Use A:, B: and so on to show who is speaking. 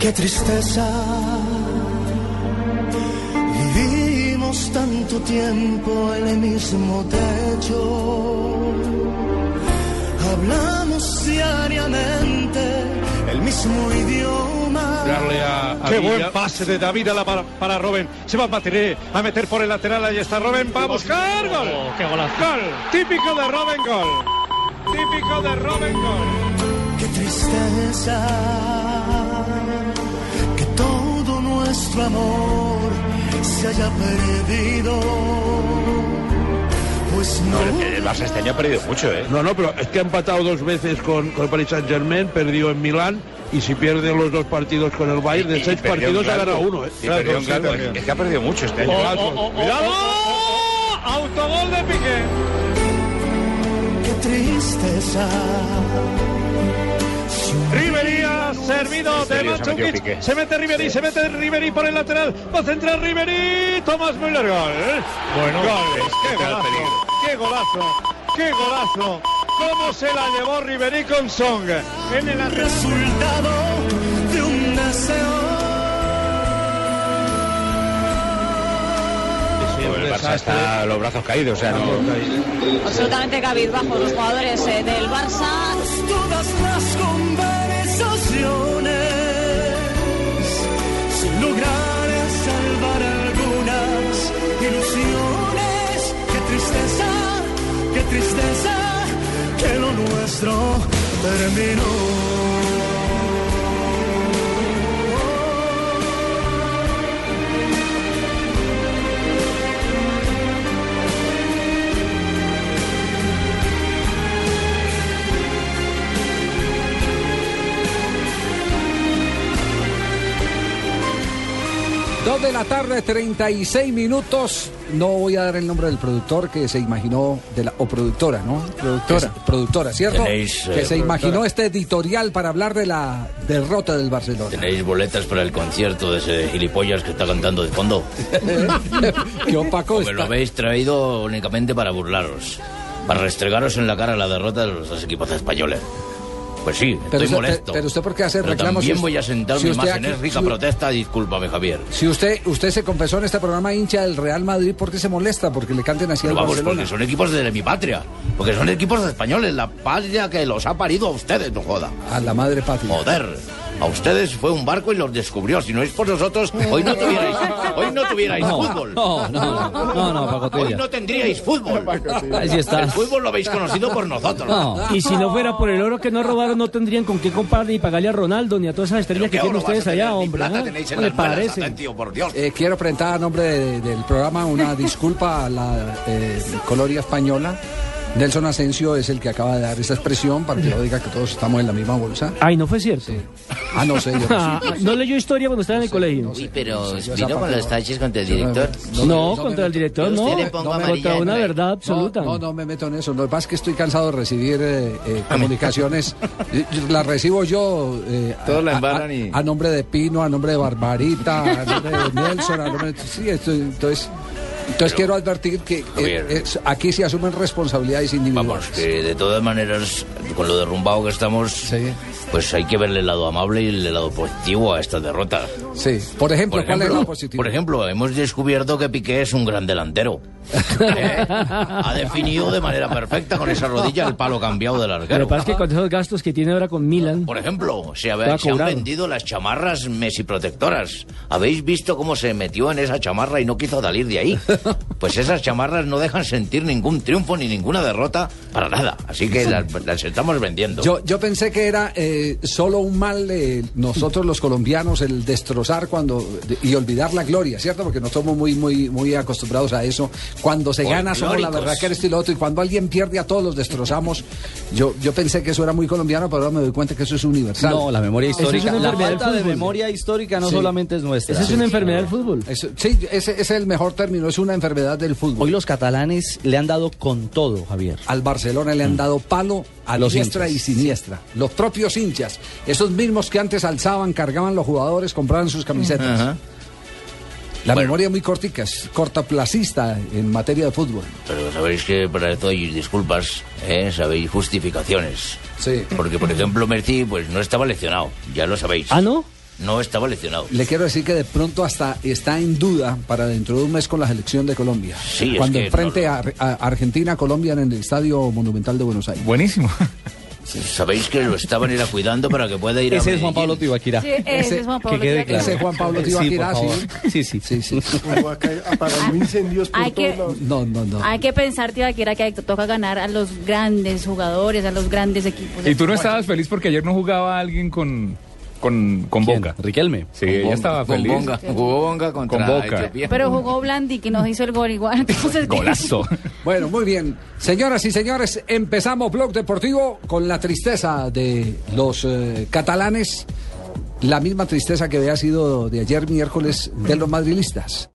A: qué tristeza. Vivimos tanto tiempo en el mismo techo. Hablamos diariamente el mismo idioma.
B: Darle a, a
C: Qué
B: Villa.
C: buen pase de David a la para, para Robben. Se va a batir eh, a meter por el lateral. Ahí está Robben. Va a buscar. Gol.
D: qué golazo.
C: Gol. Típico de Robben. Gol. Típico de Robben. Gol.
A: Qué tristeza que todo nuestro amor se haya perdido. Pues no.
E: El Barça este año ha perdido mucho, ¿eh?
F: No, no, pero es que ha empatado dos veces con, con el Paris Saint Germain, perdió en Milán y si pierde los dos partidos con el Bayern, de
E: Y- y
F: seis
E: perdió en
F: partidos ha ganado
E: Glasgow.
F: uno. ¿eh?
E: Y perdió en
C: sí,
E: Glasgow.
C: también.
E: Es que ha perdido mucho este año.
D: Oh, oh, oh, oh,
C: Cuidado.
D: oh,
C: Autogol de Piqué.
A: Qué tristeza. Si un
C: Ribery ha servido de
E: serio, se ha metido
C: Manchukic.
E: Piqué.
C: Se mete Ribery, se mete Ribery por el lateral. Va a centrar Ribery. Tomás Müller, gol.
E: este
D: Bueno,
C: gol.
E: es que
C: Qué
E: está el
C: golazo.
E: peligro.
C: Qué golazo. Qué golazo. Cómo se la llevó Ribery con Song. En el lateral.
A: resultado de un deseo.
E: el Barça está a los brazos caídos, o sea, no.
G: Absolutamente cabizbajo los jugadores eh, del Barça.
A: Todas las conversaciones sin lograr salvar algunas ilusiones. Qué tristeza, qué tristeza que lo nuestro terminó.
H: Dos de la tarde, 36 minutos. No voy a dar el nombre del productor que se imaginó, de la, o productora, ¿no? Productora. productora, ¿cierto?
I: Tenéis,
H: que
I: eh,
H: se imaginó este editorial para hablar de la derrota del Barcelona.
I: ¿Tenéis boletas para el concierto de ese gilipollas que está cantando de fondo? Pues
H: Qué opaco
I: Me lo
H: está.
I: habéis traído únicamente para burlaros, para restregaros en la cara la derrota de los dos equipos españoles. Pues sí,
H: Pero
I: estoy
H: usted-
I: molesto.
H: pero usted, ¿por qué hace
I: Pero
H: reclamos si
I: También
H: us-
I: voy a sentarme
H: si usted
I: más en
H: aquí-
I: enérgica
H: si-
I: ¿eh? protesta, discúlpame, Javier.
H: Si usted, usted se confesó en este programa hincha del Real Madrid, ¿por qué se molesta? Porque le canten así
I: Pero
H: al
I: vamos,
H: Barcelona.
I: porque son equipos de mi patria, porque son equipos españoles, la patria que los ha parido a ustedes, no joda.
H: A la madre patria.
I: Joder, a ustedes fue un barco y los descubrió. Si no es por nosotros, hoy no tuvierais, hoy no tuvierais fútbol.
D: No, no, no, no, no, Paco
I: Hoy
D: Tilla.
I: no tendríais fútbol.
D: Así está.
I: El fútbol lo habéis conocido por nosotros.
D: No. Y si no fuera por el oro que no robaron, no tendrían con qué comprar ni pagarle a Ronaldo ni a todas esas
I: Pero
D: estrellas
I: qué
D: que tienen
I: oro vas a
D: ustedes
I: tener,
D: allá,
I: ni
D: hombre.
I: plata
D: ¿eh?
I: tenéis en
D: ¿Cómo le
I: las muelas,
D: parece?
I: Atleti, oh, por Dios.
H: Eh, quiero presentar a nombre de- del programa una disculpa a la eh, colonia española. Nelson Asensio es el que acaba de dar esta expresión para que no diga que todos estamos en la misma bolsa.
D: Ay, no fue cierto.
H: Ah, no sé, yo no
D: Ah,
H: sé.
D: no leyó historia cuando estaba en el colegio.
I: Uy, pero
H: Sí, sí,
I: vino
H: esa
I: con
H: parte
I: los
H: no.
I: taches contra el
H: Yo no me-
I: director.
H: no me-
D: No,
H: no me
D: contra el
H: meto-
D: director,
I: Yo a
D: no.
I: usted le pongo
H: No me-
I: amarilla
D: Contra
I: en
D: una
I: el-
D: verdad
H: No,
D: absoluta.
H: No, no me meto en eso. Lo que pasa es que estoy cansado de recibir eh, eh, comunicaciones. Y- y Las recibo yo. eh,
E: Todos
H: a-
E: la
H: a-
E: embarran y-
H: A, nombre de Pino, a nombre de Barbarita, a nombre de Nelson, a nombre de- Sí, esto- entonces. Entonces quiero advertir que eh,
I: Javier.
H: es- aquí se asumen responsabilidades individuales.
I: Vamos, que de todas maneras, con lo derrumbado que estamos,
H: Sí.
I: pues hay que verle el lado amable y el lado positivo a esta derrota.
H: Sí. Por ejemplo,
I: Por
H: ¿cuál es la
I: ejemplo,
H: positiva?
I: por ejemplo, hemos descubierto que Piqué es un gran delantero. Eh, ha definido de manera perfecta con esa rodilla el palo cambiado del
D: Pero
I: arquero.
D: lo que pasa es que con esos gastos que tiene ahora con Milan.
I: Por ejemplo, se,
D: Lo
I: habe-
D: ha
I: se han
D: cobrado.
I: vendido las chamarras Messi protectoras. ¿Habéis visto cómo se metió en esa chamarra y no quiso salir de ahí? Pues esas chamarras no dejan sentir ningún triunfo ni ninguna derrota para nada. Así que las, las estamos vendiendo.
H: Yo, yo pensé que era eh, solo un mal de nosotros los colombianos el destrozar cuando de- y olvidar la gloria, ¿cierto? Porque no somos muy muy muy acostumbrados a eso. Cuando se gana somos la
I: Folclóricos.
H: verdad que eres y lo otro y cuando alguien pierde a todos los destrozamos. Yo yo pensé que eso era muy colombiano, pero ahora me doy cuenta que eso es universal.
J: No, la memoria
D: Eso es una
J: histórica. la
D: enfermedad del
J: falta de
D: fútbol.
J: memoria histórica no
H: Sí.
J: solamente es nuestra.
D: Esa es una enfermedad del fútbol.
H: Eso- sí, ese, ese es el mejor término, es una enfermedad del fútbol.
J: Hoy los catalanes le han dado con todo, Javier.
H: Al Barcelona
J: Mm.
H: le han dado palo a
J: Los
H: diestra
J: hinchas.
H: y siniestra. Los propios hinchas, esos mismos que antes alzaban, cargaban los jugadores, compraban sus camisetas.
I: Ajá.
H: La
I: Bueno.
H: memoria muy cortica, es cortaplacista en materia de fútbol.
I: Pero sabéis que para esto hay disculpas, ¿eh? sabéis justificaciones.
H: Sí.
I: Porque, por ejemplo, Messi pues no estaba lesionado, ya lo sabéis.
D: ¿Ah, no?
I: no estaba lesionado.
H: Le quiero decir que de pronto hasta está en duda para dentro de un mes con la selección de Colombia.
I: Sí, es
H: cuando
I: que
H: enfrente
I: no lo-
H: a, a Argentina, Colombia en el Estadio Monumental de Buenos Aires.
B: Buenísimo.
I: Sabéis que lo estaban era cuidando para que pueda ir a
J: Ese es Juan
I: Medellín.
J: Pablo Tibaquirá.
G: Sí, ese es Juan Pablo
J: que quede
G: Tibaquirá.
J: claro.
H: Ese es Juan Pablo
J: Sí,
H: Tibaquirá,
J: por favor.
H: sí.
J: Sí, sí.
H: Sí, sí.
A: apagando incendios por
G: Hay
A: todos
G: que-
A: lados.
H: No, no, no.
G: Hay que pensar, Tibaquira, que toca ganar a los grandes jugadores, a los grandes equipos.
B: Y tú no estabas feliz porque ayer no jugaba alguien con, con, con
J: ¿Quién?
B: Boca.
J: Riquelme.
B: Sí, ella estaba
I: con
B: feliz.
I: Bonga, jugó Bonga
B: Con
I: contra
B: Boca.
I: Etiopía.
G: Pero jugó Blandi, que nos hizo el gol igual. Entonces,
B: Golazo.
H: Bueno, muy bien. Señoras y señores, empezamos Blog Deportivo con la tristeza de los eh, catalanes. La misma tristeza que había sido de ayer miércoles de los madrilistas.